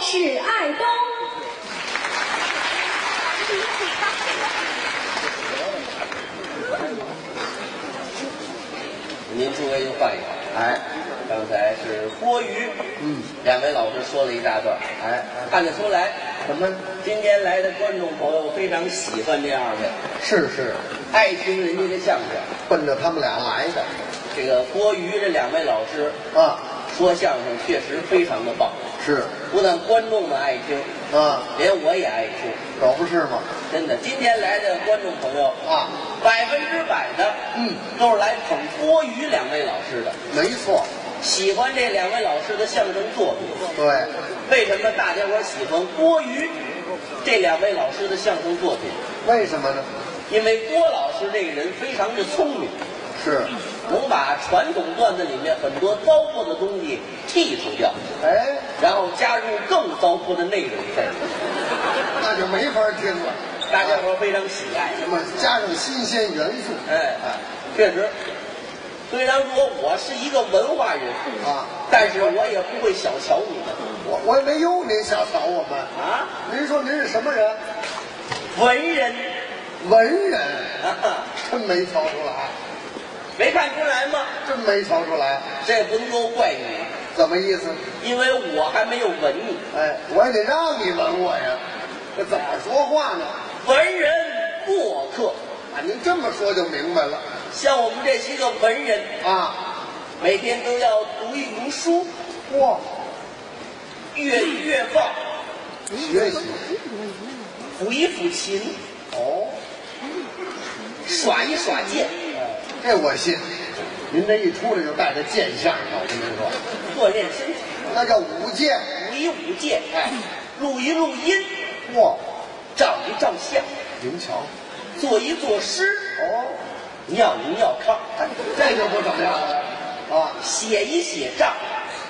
史爱东。您诸位就换一换。哎刚才是郭瑜，嗯，两位老师说了一大段，哎，看得出来，怎么今天来的观众朋友非常喜欢这样的，是是爱听人家的相声。奔着他们俩来的这个郭瑜这两位老师啊？说相声确实非常的棒，是不但观众们爱听，啊，连我也爱听，可不是吗？真的。今天来的观众朋友，啊，百分之百的，嗯，都是来捧郭瑜两位老师的，没错，喜欢这两位老师的相声作品。对，为什么大家伙儿喜欢郭瑜这两位老师的相声作品？为什么呢？因为郭老师这个人非常的聪明，是，能把传统段子里面很多糟粕的东西剔除掉，哎，然后加入更糟粕的内容在里面，那就没法听了。大家伙儿非常喜爱。那么加上新鲜元素哎，确实，虽然说我是一个文化人，啊，但是我也不会小瞧你们我我也没有您瞎扫我们。啊，您说您是什么人？文人文人，啊，真没瞧出来，没看出来吗？真没瞧出来，这也不能说怪你。怎么意思？因为我还没有文你，哎，我也得让你闻我呀，这怎么说话呢？文人墨客，啊，您这么说就明白了像我们这些个文人，啊！每天都要读一读书，哇，阅一阅报，学习抚一抚琴，哦，耍一耍剑，这哎我信。您这一出来就带着剑相了，我跟您说，锻炼身体，那叫舞剑。舞一舞剑，哎，录一录音，哇，照一照相，您瞧，作一作诗，哦，尿一尿炕，哎这就不怎么样了啊！写一写账，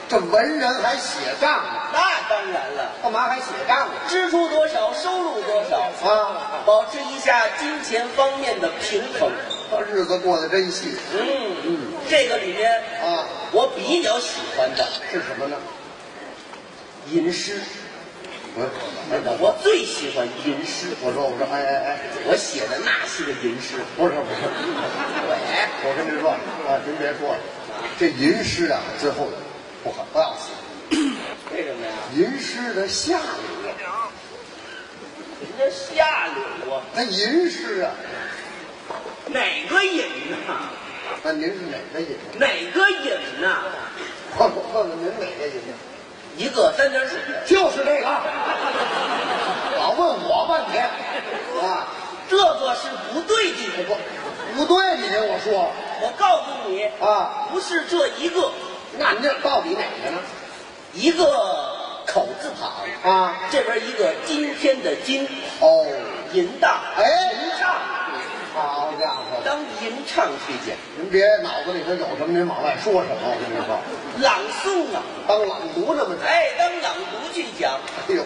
这文人还写账呢，那当然了，干嘛还写账啊呢？支出多少，收入多少，啊，保持一下金钱方面的平衡。这啊日子过得真细嗯，这个里面啊！我比较喜欢的是什么呢？吟诗，我真的，我最喜欢吟诗。我说我说哎哎哎，我写的那是个吟诗，不是不是。喂，我跟您说啊，您别说了，这吟诗啊，最后不好不要写。为什么呀？吟诗的下流，人家下流啊，那吟诗啊，哪个隐呐、那您是哪个吟？哪个隐呐、我问问您哪个吟呢？一个三点水，就是这个，老问我半天啊，这个是不对的。不不对，你跟我说我告诉你，啊，不是这一个，那您这到底哪个呢？一个口字旁，啊，这边一个今天的今，哦，淫荡，哎吟唱，好家伙，当吟唱去讲，您别脑子里头有什么您往外说什么，我跟您说，朗诵啊。当朗读这么着，哎，当朗读去讲，哎呦。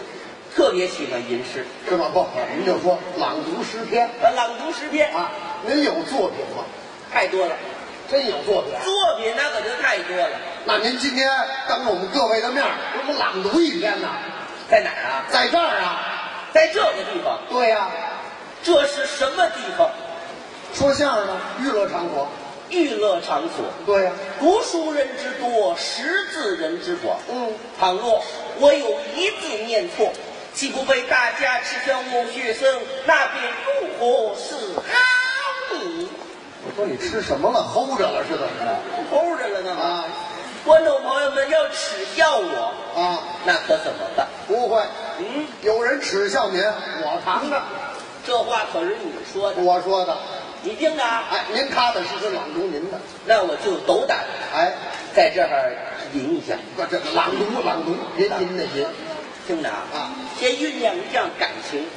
特别喜欢吟诗，是吧？不，您就说朗读诗篇呃，朗读诗篇啊，您有作品吗？太多了，真有作品？作品那可就太多了，那您今天当着我们各位的面儿，给我们朗读一篇呐，在哪儿啊？在这儿啊？在这个地方，对呀、这是什么地方？说相声的娱乐场所。娱乐场所，对呀、读书人之多，识字人之广。嗯，倘若我有一字念错，岂不被大家耻笑我学生？那便如何是好你？我说你吃什么了？齁着了是怎么着？偷着了呢！啊观众朋友们要耻笑我，啊，那可怎么办？不会，嗯。有人耻笑您，我扛着，这话可是你说的，我说的。你听着啊，哎，您踏踏实实朗读您的。那我就斗胆哎，在这儿吟一下，这这朗读朗读，您您的您，听着啊啊，先酝酿一下感情，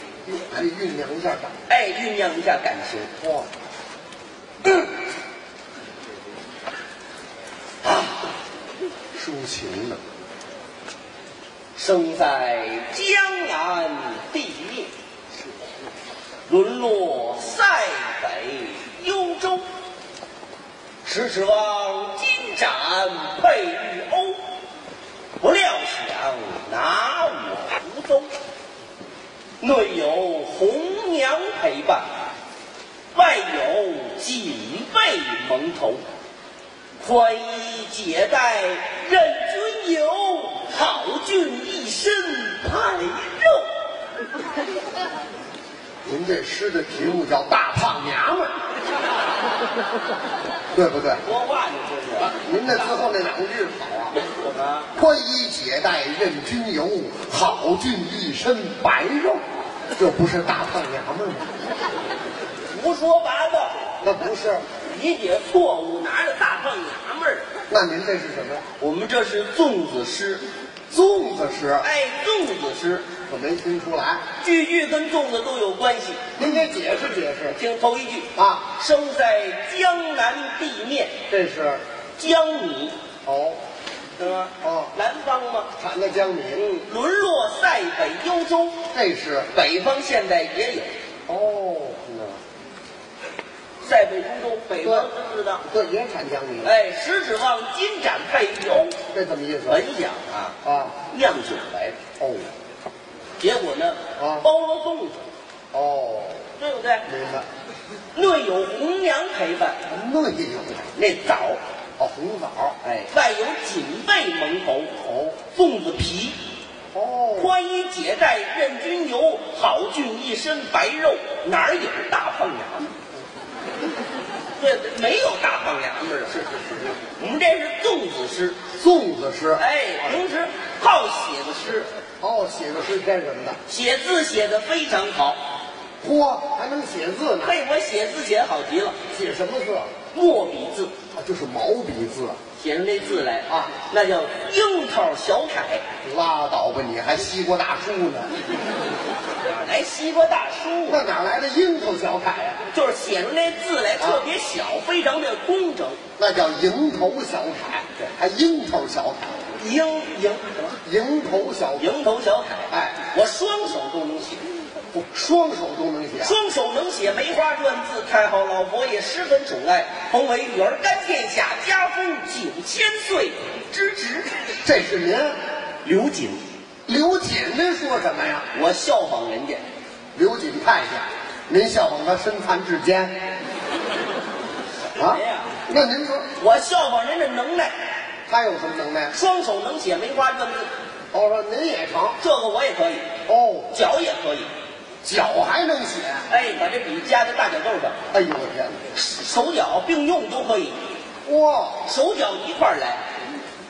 还得酝酿一下感哎，酝酿一下感情。情。哇、抒情的，生在江南地面，沦落塞北幽州，迟迟望金盏配玉瓯，不料想拿我州，内有红娘陪伴，外有锦被蒙头。宽衣解带任君游，好俊一身排肉。您这诗的题目叫《大胖娘们儿》，对不对？说话呢，这是您这最后那两句好啊，怎么？宽衣解带任君游，好俊一身白肉，这不是大胖娘们儿吗？胡说八道！那不是，理解错误，哪有大胖娘们儿？那您这是什么呀？我们这是粽子诗，粽子诗，哎，粽子诗，我没听出来，句句跟粽子都有关系。您给解释解释听头一句，啊。生在江南地面，这是江米，哦对吧？哦，南方嘛，产的江米，嗯，沦落塞北幽州，这是北方现在也有哦，塞北幽州，北方知不知道？这也产江米，哎，十指望金盏配油，这怎么意思？本想啊啊，酿酒来的，哦结果呢，啊包了粽子，哦，对不对？明白。内有红娘陪伴，那也有那枣，哦，红枣，哎，外有锦被蒙头，哦粽子皮，哦，宽衣解带任君游，好俊一身白肉，哪儿有大胖 娘们儿？对，没有大胖娘们儿啊！是是是，我们这是粽子诗，粽子诗，哎，平时好写的诗，哦，写个诗篇什么的，写字写的非常好，嚯，还能写字呢，嘿，我写字写得好极了，写什么字啊？墨笔字啊，就是毛笔字啊，写上这字来啊，那叫樱桃小楷。拉倒吧你，还西瓜大叔呢，哪来西瓜大叔啊？那哪来的樱桃小楷啊？就是写出那字来特别小，非常的工整。那叫蝇头小楷，还樱桃小楷，蝇蝇蝇头小楷，蝇头小楷，哎，我双手都能写，我双手都能写，双手能写梅花篆字，太后老佛爷十分宠爱，封为女儿甘殿下，加封九千岁之职。 这是您，刘瑾，刘瑾您说什么呀？我效仿人家，刘瑾太监，您效仿他身残志坚 啊谁呀？那您说我效仿人家能耐，他有什么能耐？双手能写梅花篆字，我说您也成这个我也可以，哦，脚也可以。脚还能写，哎，把这笔加在大脚豆上，哎呦我天哪！手脚并用都可以。哇，手脚一块儿来，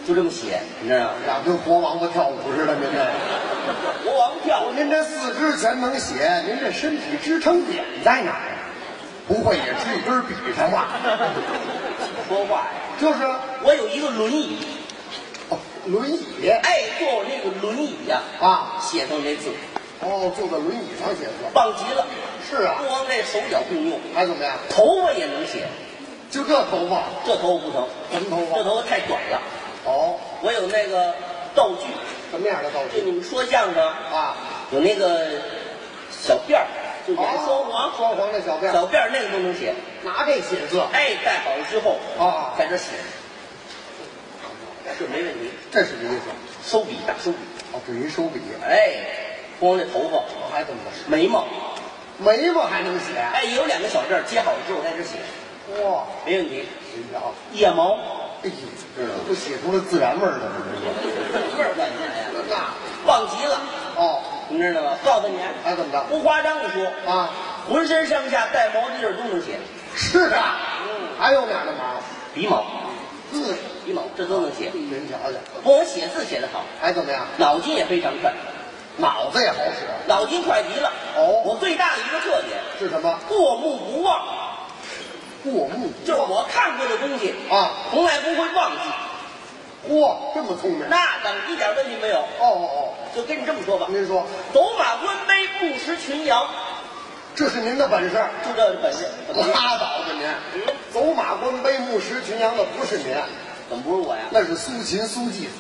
就这么写，你知道吗？俩跟活王八跳舞似的，您这国王跳，您这四肢全能写，您这身体支撑点在哪儿呀？不会也是一根笔上吧？说话呀！就是我有一个轮椅，哦，轮椅哎，坐我那个轮椅呀、啊，写上这字，哦，坐在轮椅上写字，棒极了。是啊不，光这手脚并用，还怎么样？头发也能写。就这头发，这头发不成，什么头这发？头发太短了。哦。我有那个道具，什么样的道就具你们说相声啊？有那个小辫儿，就染双哦簧，双簧的小辫儿，小辫儿那个都能写。拿这写字哎，戴好了之后，啊，在这写，这没问题。这是什么意思？收笔，大收笔。哦，这一收笔，哎，光这头发、还怎么着？眉毛，眉毛还能写？哎，有两个小字儿接好了之后在这写，哇，没问题。您瞧，腋毛，哎呦，这都写出了自然味儿了，味这是儿管起来呀，那棒极了，哦，你知道吗？告诉你，啊还怎么着不夸张的说，啊？浑身上下带毛的地儿都能写，是啊，还有哪儿的毛？鼻毛，字，鼻毛这都能写。您瞧瞧，不光写字写得好，还哎怎么样？脑筋也非常快，脑子也好使，脑筋快极了。哦我最大的一个特点，是什么？过目不忘，过目就是我看过的东西，啊！从来不会忘记。嚯，这么聪明！那怎么一点问题没有？哦哦就跟你这么说吧哦，，您说走马观碑，不识群羊，这是您的本事？就这本事。怎么样？拉倒吧您！走马观碑、牧石群羊的不是您，怎么不是我呀？那是苏秦、苏季子。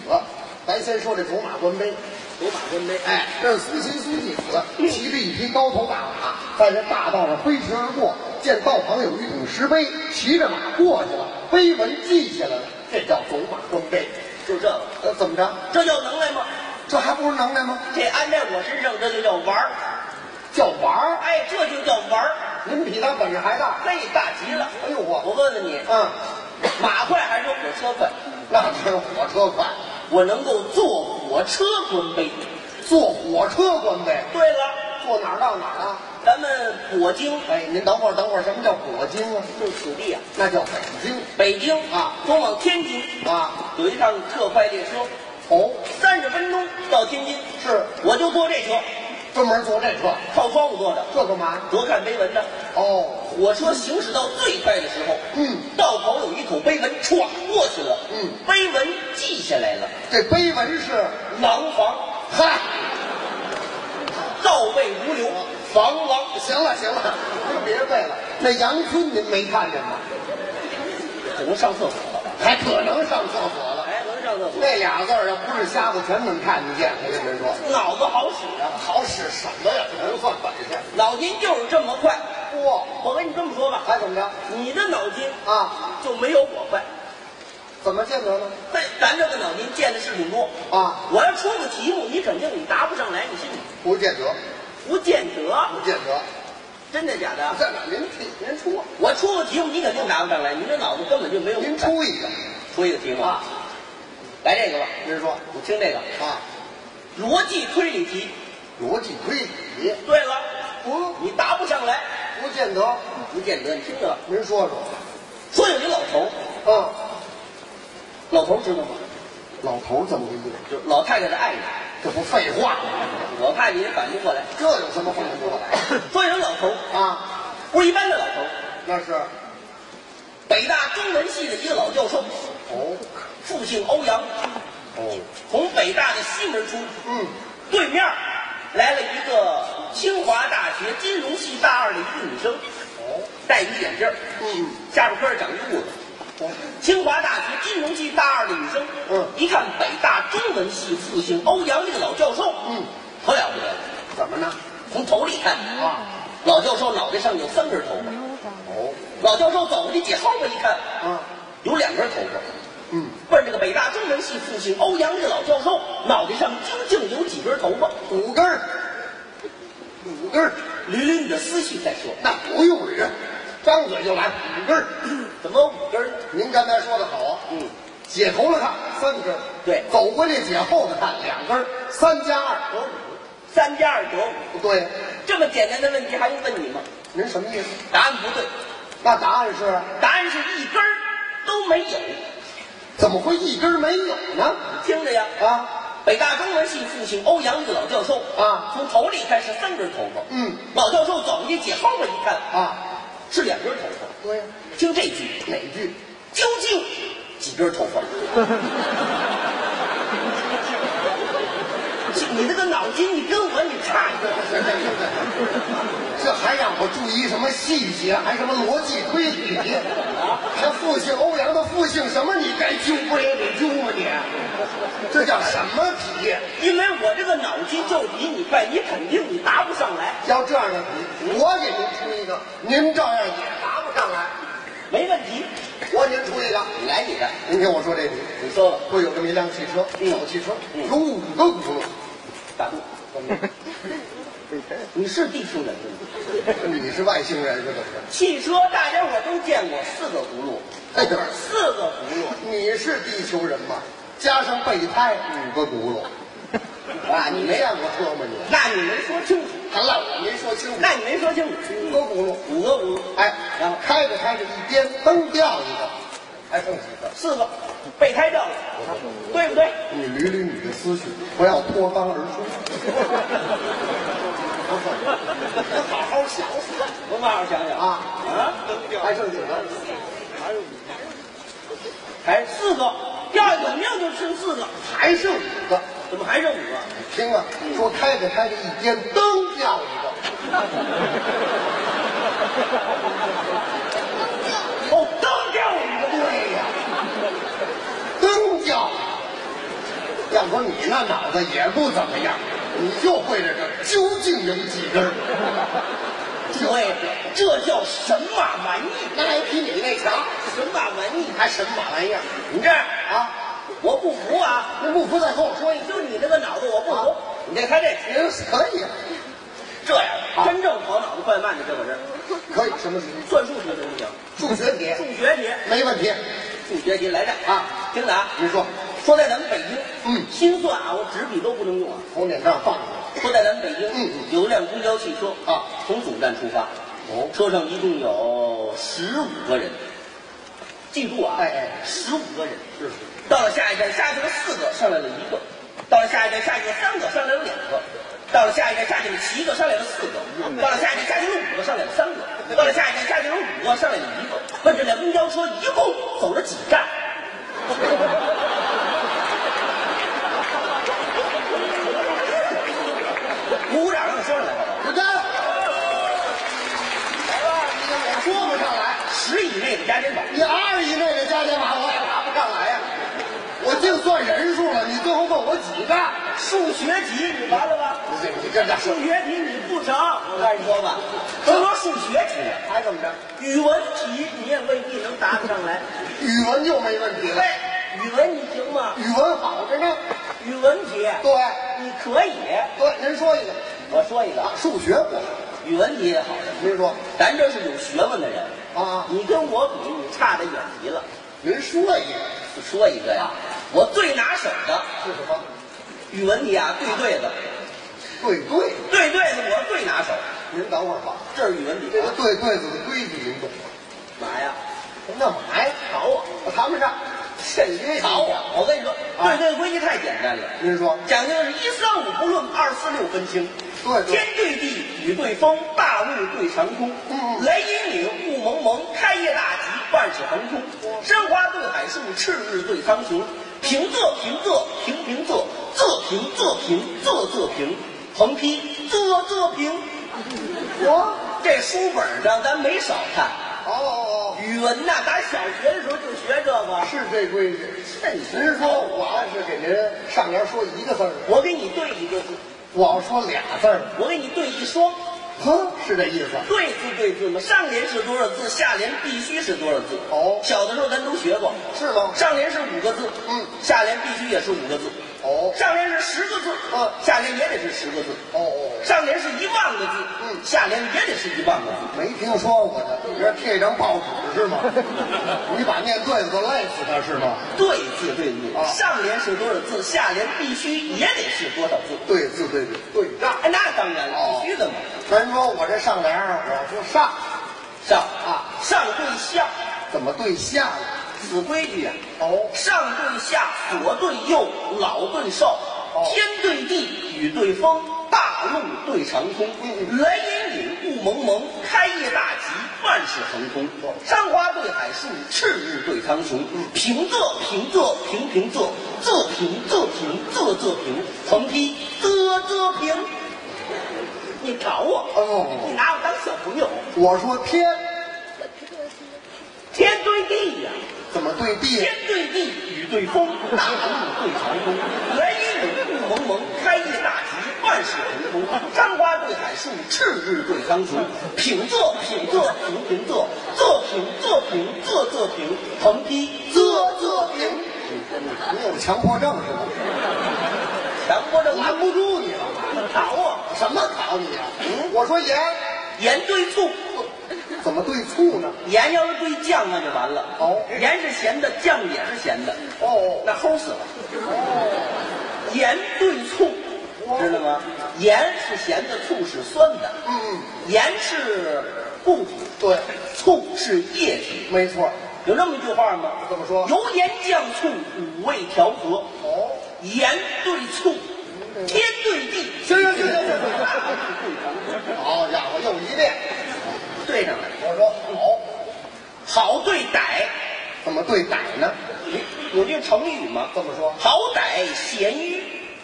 咱先说这走马观碑，走马观碑，哎，这是苏秦、苏季子骑着一匹高头大马，在这大道上飞驰而过，见道旁有一桶石碑，骑着马过去了，碑文记下来了，这叫走马观碑。就这个，呃，怎么着？这叫能耐吗？这还不是能耐吗？这安在我身上，这就叫玩儿。叫玩儿，哎，这就叫玩儿，您比他本事还大。那大极了。哎呦我，我问问你，嗯，马快还是火车快？那是火车快，我能够坐火车滚背。坐火车关呗，对了，坐哪儿到哪儿啊？咱们火京哎，您等会儿，等会儿，什么叫火京啊？就是属地啊，那叫北京北京啊通往天津啊。有一趟特快列车，哦，三十分钟到天津，是我就坐这车，专门坐这车，靠窗户坐着，这干嘛？多看碑文呢。哦，火车行驶到最快的时候，嗯，道口有一口碑文，歘过去了，嗯，碑文记下来了，这碑文是，廊坊 嗨，道位无流，房王行了行了，您别背了。那杨坤您没看见吗？可能上厕所了吧？还可能上厕所了。哎，能上厕所，那俩字儿要不是瞎子全能看得见，我跟您说，脑子好使啊，好使什么呀？这能算本事？脑筋就是这么快。哇，我跟你这么说吧，还怎么着你的脑筋啊？就没有我快。怎么见得呢？但咱这个脑筋见的事情多啊，我要出个题目，你肯定你答不上来，你信吗？不见得，不见得，不见得。真的假的？在哪？您替您出啊，我出个题目，你肯定答不上来，你这脑子根本就没有。您出一个出一个题目啊，？来这个吧，您说你听这个啊，逻辑推理题。逻辑推理对了，不你答不上来，不见得，不见得。你听着，您说说。说有一老头，嗯，老头知道吗？老头儿怎么个意思？就是老太太的爱人。这不废话吗？我怕你反应不过 来。这有什么反应过来说有一老头，啊？不是一般的老头，那是北大中文系的一个老教授，哦父姓欧阳，哦，从北大的西门出，嗯，对面来了一个清华大学金融系大二的一个女生，哦戴一眼镜儿，嗯下巴颏儿长一痦子。哦，清华大学金融系大二的女生，嗯一看北大中文系复姓欧阳这个老教授，嗯，可了不得了，怎么呢？从头里看啊，老教授脑袋上有三根头发，哦老教授走过去解后边一看，啊，有两根头发。嗯，问这个北大中文系复姓欧阳这个老教授，脑袋上究竟有几根头发？五根儿，五根儿，捋捋你的思绪再说， 那不用捋，张嘴就来五根儿。怎么五根儿呢？您刚才说的好啊，嗯，解头了看三根儿，对走过去解后了看两根儿，三加二得五，三加二得五。不对，这么简单的问题还用问你吗？您什么意思？答案不对，那答案是答案是一根儿都没有。怎么会一根儿没有呢？听着呀，啊，北大中文系复姓欧阳这个老教授啊从头里看是三根头发，嗯，老教授走过去解后边一看啊，是两根头发。对呀，听这句，哪句？究竟几根头发？你这个脑筋，你跟我你差一个。这还让我注意什么细节，还什么逻辑推理啊？这复姓欧阳的复姓什么？你该揪不也得揪吗你？这叫什么题？因为我这个脑筋就比你快，你肯定你答不上来，要这样的题，我给您出一个，您照样也答不上来。没问题。我给您出一个，你来你的，您听我说这题，你说吧，会有这么一辆汽车，嗯小汽车，嗯有五个轱辘。大哥，你是地球人是吗？你是外星人是怎么着？汽车大家伙都见过，四个轱辘，哎呦，四个轱辘。你是地球人吗？加上备胎五个轱辘。啊，你你没没，让我说吗你？那你没说清楚，好了，我没说清楚。那你没说清楚，五个轱辘，五个五，哎，然后开着开着一颠，蹬掉一个，哎还剩几个？四个，备胎掉了，对不对？你捋捋你的思绪，不要脱肛而出。好好想想我好好想想啊啊，还剩几个？还哎四个，要有命就吃四个，还剩五个。怎么还剩五个？听啊，说开着开着一颠，蹬掉一个。哦，蹬掉一个。对呀，蹬脚。要说你那脑子也不怎么样，你就会这个究竟有几根儿？对，这叫神马玩意，那还比你那强，神马玩意。还神马玩意儿你这样啊？我不服啊！那不服再跟我说一啊声。就你这个脑子，我不服。你再看这您可以，这样，啊真正跑脑子快慢的这个人，可以，什么题？算数学行不行？数学题数学题，没问题。数学题来着啊！听着啊，您说，说在咱们北京，嗯心算啊，我纸笔都不能用啊。从脸上放下。说在咱们北京，嗯嗯有一辆公交汽车啊，从总站出发，哦车上一共有十五个人，记住啊，哎哎十五个人。是是。到了下一站，下去了四个，上来了一个；到了下一站，下去了三个，上来了两个；到了下一站，下去了七个，上来了四个；到了下一站，下去了五个，上来了三个；到了下一站，下去了五个，上来了一个。问这辆公交车一共走了几站？ 鼓鼓掌让他说上来好不好？就干了。我说不上来，十以内的加减法，你二以内的加减法我也答不上来呀、我净算人数了，你最后问我几个？数学题你完了吧？你这你这这数学题你不成，我跟你说吧，甭说数学题了。还怎么着？语文题你也未必能答得上来。语文就没问题了，喂，语文你行吗？语文好着呢。语文题对你可以。对，您说一个，我说一个，啊，数学不好，语文题也好着呢。您说咱这是有学问的人啊你跟我比，你差得远离了。您说一个就说一个呀，我最拿手的是什么？语文题啊，对对子，对对，对对子我最拿手。您等会儿吧。这是语文题这，个对对子的规矩您懂吗？嘛呀？干嘛呀？考啊我，我谈不上，甚于考我！我跟你说，对对规矩太简单了。您说讲究是一三五不论，二四六分清。对对天对地，雨对风，大陆对长空。嗯雷阴岭，雾蒙蒙，开业大吉，万事亨通。山花对海树，赤日对苍穹。平仄平仄平平仄，仄平仄平仄仄平，横批仄仄平。我？这书本上咱没少看，哦哦语文呐，咱小学的时候就学这个哦，。是这规矩。是你您说我要是给您上联说一个字儿，我给你对一个字，我要说俩字儿，我给你对一双，哼，是这意思？对字对字嘛，上联是多少字，下联必须是多少字。哦小的时候咱都学过，是吗？上联是五个字，嗯，下联必须也是五个字，哦上联是十个字，嗯下联也得是十个字，哦哦，上联是一万个字，嗯下联也得是一万个字。没听说过的，你这贴一张报纸是 吗？你把念对子都累死他是吗？对字对字，啊上联是多少字，下联必须也得是多少字。对字对对对仗。那那当然了哦，必须的嘛。咱说我这上联儿，我说上，上啊，上对下，怎么对下呢？死规矩啊。哦，上对下，左对右，老对少，哦天对地，雨对风，大陆对长空，雷隐隐，雾蒙蒙，开业大吉，万事亨通哦。山花对海树，赤日对苍穹，平仄平仄平平仄，仄平仄平仄仄平，横批仄仄平。你搞我？哦不不不你拿我当小朋友？我说天，天对地呀、怎么对地天？对地，雨对风，大陆对长空，雷雨雾蒙蒙，开业大吉，万事亨通。山花对海树，赤日对苍穹。平仄平仄平平仄，仄平仄平仄仄平，横批仄仄平。你有强迫症是吗？强迫症拦不住你了。考啊！什么考你啊？我说盐盐对醋，怎么对醋呢？盐要是对酱那就完了。哦盐是咸的，酱也是咸的，哦，那齁死了。盐对醋，知道吗？盐是咸的，醋是酸的。嗯，盐是固体，对，醋是液体。没错。有那么一句话吗？怎么说油盐酱醋五味调和，哦，盐对醋，天对地，行行行行行行，好家伙，又一遍。对上了。我说好，好对歹，怎么对歹呢？有句成语吗？这么说好歹咸鱼，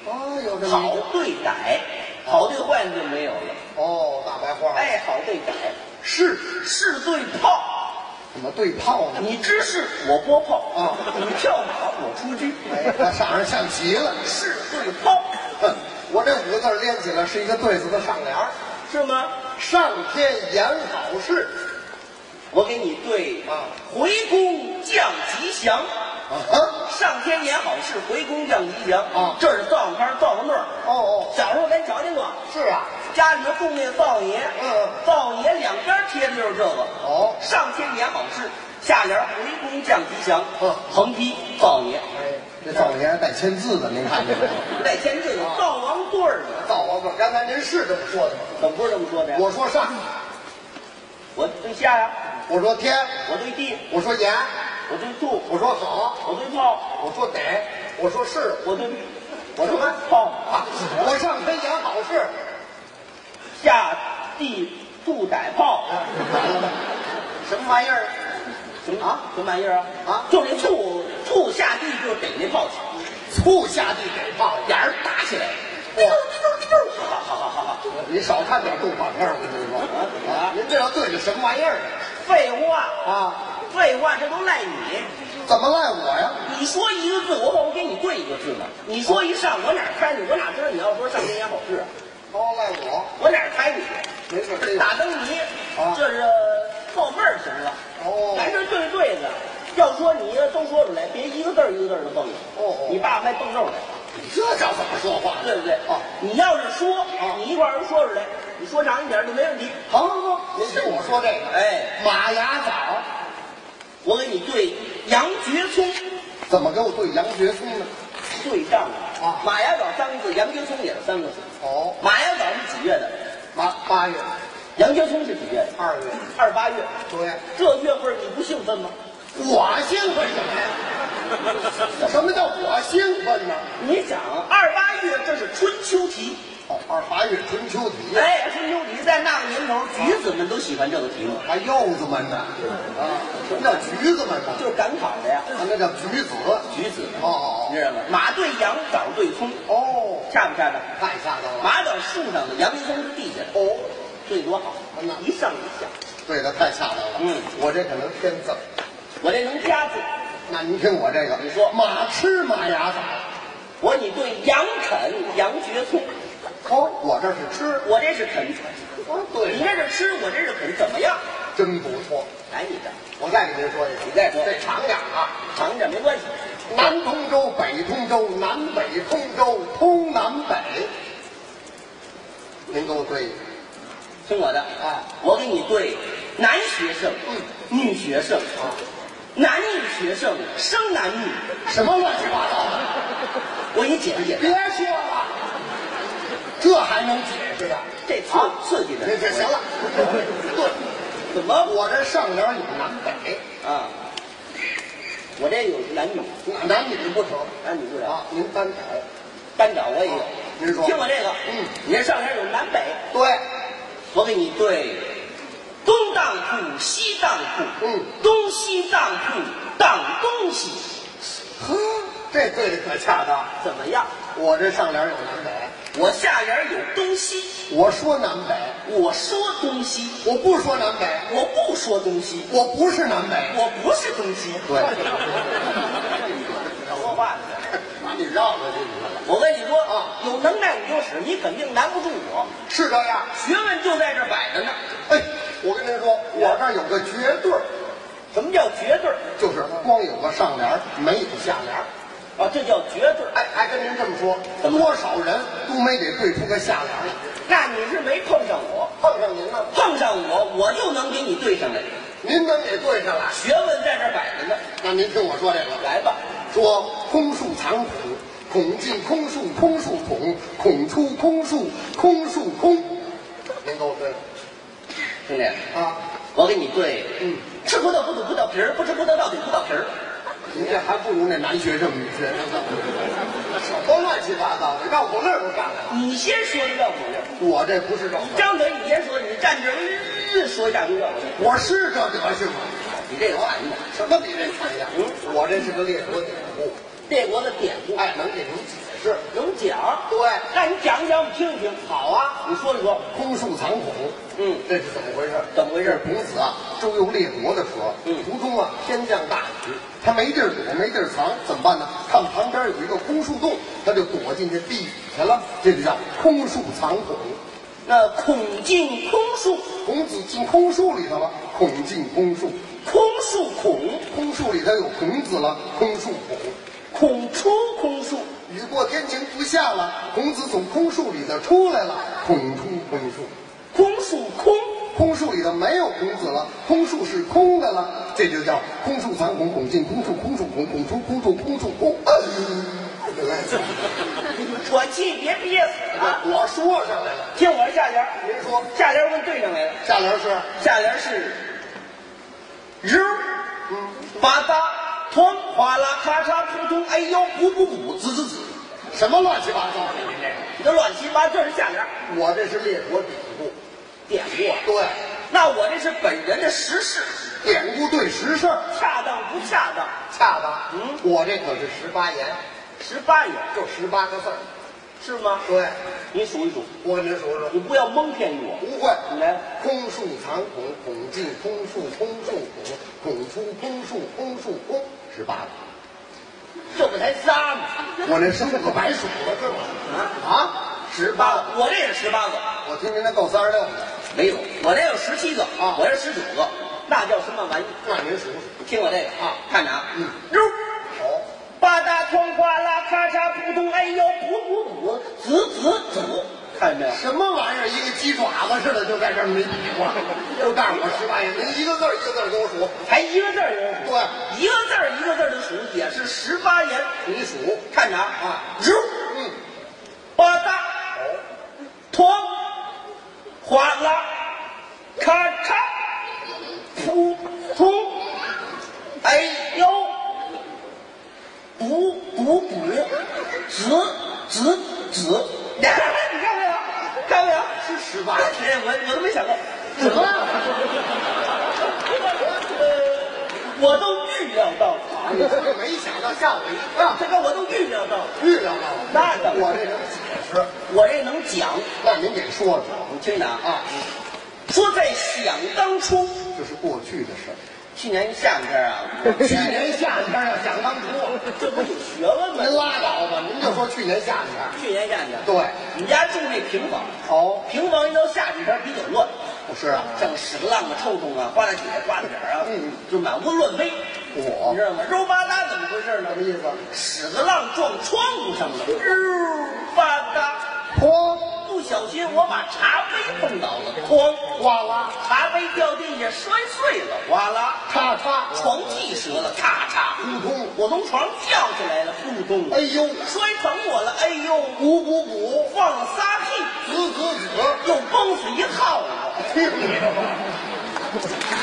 啊，有这好么对歹，好对坏就没有了。哦，大白话，，哎，好对歹，是是对炮，怎么对炮呢？你知是我拨炮啊你跳马我出车，哎，他上上象棋了。是对炮，哼，我这五个字连起来是一个对子的上联儿，是吗？上天言好事。我给你对啊，回宫降吉祥，啊上天也好，是回宫正吉祥啊这是灶上边灶上对儿。哦哦，小时候咱瞧见过，是啊，家里头供那灶爷，嗯灶爷两边贴的就是这个。哦，上天也好事，下联儿回宫降吉祥，嗯横批灶爷，哎，这灶爷还带签字的，您看见没有？带签字的灶王对儿呢，灶王们，刚才您是这么说的吗？怎么不是这么说的呀？我说上，我对下呀，我说天，我对地，我说言，我对醋，我说好，我对炮，我说得，我说是，我对我说炮啊，我上天讲好事。下地不逮炮，什么玩意儿？什么啊？什么玩意儿啊？啊就那醋醋下地就逮那炮去，醋下地给炮眼俩人打起来了。哇！好好好好，您少看点动画片，我跟您说啊，您这要对着什么玩意儿废话，啊？废话，这都赖你。怎么赖我呀？你说一个字，我往我给你对一个字呢。你说一上，我哪儿开你？我哪知道你要说上天也好事啊？哦，赖我，我哪儿开你？没事这打灯谜啊，这是报份儿行了。哦咱这对对子，要说你都说出来，别一个字儿一个字儿的蹦了。哦哦你爸爸还蹦肉来，这叫怎么说话？对不对？哦，你要是说，你一块儿说出来，你说长一点儿就没问题。好好好，啊您听我说这个，哎，马牙枣我给你对洋蕨葱，怎么给我对洋蕨葱呢？对仗了啊马牙枣三个字，洋蕨葱也是三个字。哦，马牙枣是几月的？八八月、洋蕨葱是几月的？二月、二八月。对，这月份你不兴奋吗？我兴奋什么呀？什么叫我兴奋呢？你想，二八月这是春秋题，哦，二八月春秋题，哎，春秋题在那个年头，举子们都喜欢这个题目，还柚子们呢？啊，什么叫橘子们呢？就是赶考的呀，啊，那叫橘子。举子们，哦你知道吗？马对羊，枣对葱，哦，恰不恰当？太吓到了。马枣树上的，羊葱是地下的，哦，对多好嗯呐，一上一下。哦对的，太吓到了。嗯，我这可能偏字儿。我这能加字，那您听我这个，你说马吃马牙枣，我你对羊啃、羊蕨葱，哦，我这是吃，我这是啃，哦，你这是吃，我这是啃，怎么样？真不错。来你的，我再给您说一个，你再说这长点儿啊，尝着没关系。南通州、北通州、南北通州，通南北。您给我对一个，听我的啊，我给你对男学生，嗯女学生啊，男女学生生男女，什么乱七八糟的？我给你解释解别释，说了，这还能解释的？这刺啊刺激的这，这行了，对，怎么我这上联有南北，啊？我这有男女，男女不成男女不了，啊？您单改，班长我也有啊。您说听我这个，嗯，你这上联有南北，对，我给你对东当铺、西当铺，嗯，东西当铺当东西，呵，这对的可恰当。怎么样？我这上联有南北，我下联有东西，我说南北，我说东西。我不说南北，我不说东西，我不是南北。我不是东西。对，说话呢把你绕过去了。我跟你说啊，有能耐你就使，你肯定难不住我。是这样。学问就在这儿摆着呢。哎，我跟您说，我这儿有个绝对儿，什么叫绝对儿？就是光有个上联儿，没有下联儿。啊，这叫绝对儿。哎，还跟您这么说，怎么多少人都没给对出个下联来，那你是没碰上我，碰上您了，碰上我，我就能给你对上来。您能给对上来？学问在这儿摆着呢。那您听我说这个，来吧，说空树藏孔，孔进空树，空树孔，孔出空树，空树空。您给我对兄弟，啊，我给你对，嗯，吃葡萄不吐葡萄皮儿，不吃葡萄倒吐葡萄皮儿。您这还不如那男学生女学生呢，什么乱七八糟的，绕口令都上来了。你先说一绕口令，我这不是绕口你令，张嘴你先说，你站着嗯说一大堆绕口令。我是这德行吗？你这个啊烦的，什么比这残呀？嗯，我这是个列国典故，列国的典故，哎，能给您解释。能讲。对。那你讲一讲，我们听一听。好啊，你说一说，空树藏孔，嗯这是怎么回事？怎么回事孔子啊，周游列国的时候，嗯途中啊天降大雨，他没地儿躲，没地儿藏，怎么办呢？看旁边有一个空树洞，他就躲进这地底下了，这就叫空树藏孔。那孔进空树，孔子进空树里头了，孔进空树，空树孔，空树里头有孔子了，空树孔；孔出空树，雨过天晴不下了，孔子从空树里头出来了，孔出空树。空树空，空树里头没有孔子了，空树是空的了，这就叫空树藏孔，孔进空树，空树孔，孔出空树，空树空。哎呦来 我气别憋死了。我说上来了，听我下联，您说下联问对上来了，下联是下联是日，嗯吧嗒，哐，哗啦，咔嚓，扑通，哎呦，补补补，滋滋滋，什么乱七八糟的？您这，你这乱七八糟是下联，我这是列国典故，典故。啊对，那我这是本人的实事，典故对实事儿，恰当不恰当？恰当。嗯，我这可是十八言，十八也就十八个字儿。是吗？对，你数一数，我您数数，你不要蒙骗我。不会。你来，空树藏孔，孔进空树，空树孔，孔出空树，空树空，十八个。这不才仨吗？我那生个白鼠了，这不啊，十八个。我这也十八个，我听您那够三十六的，没有，我这有十七个啊我这十九个，那叫什么玩意？那您数数。你听我这个啊看着啊，嗯，溜，哦，吧嗒哐哗啦，咔嚓扑通，哎呦，补补补，滋滋滋，看啊见没有？什么玩意儿？一个鸡爪子似的，就在这儿没比划。就告诉我十八言，您一个字儿一个字儿给我数。还一个字儿也有数对，一个字儿一个字儿的数，也是十八言。你数。看着啊啊，溜，嗯，吧嗒。哦，哐，哗啦，咔嚓，扑通，哎呦，补补补，子子子，你看没有？看没有？是十八哎言。我我都没想到，怎么了？我都预料到了，啊你这没想到吓我一跳，这个我都预料到了，遇到了。那怎么我这能解释，我这能讲，那您给说说你听着啊，啊，说在想当初，这是过去的事儿。去年夏天啊，去年夏天啊，想当初，这不有学问您吗？拉倒吧，您就说去年夏天。去年夏天。对，我们家住那平房，哦，平房一到夏天天比较乱，不是啊，像屎壳郎啊、臭虫啊、花大姐、瓜子儿啊，嗯哦就满屋乱飞。我你知道吗？肉吧嗒怎么回事呢什？么意思？屎壳郎撞窗户上了，肉吧哐嗒，不小心我把茶杯碰倒了，哐，哗啦，茶杯掉地下摔碎了，哗啦，叉叉，床屉折了，咔嚓，扑通，我从床跳起来了，扑通，哎呦，摔疼我了，哎呦，鼓鼓鼓，放了仨屁，子子子，又崩死一耗子。听你的吧。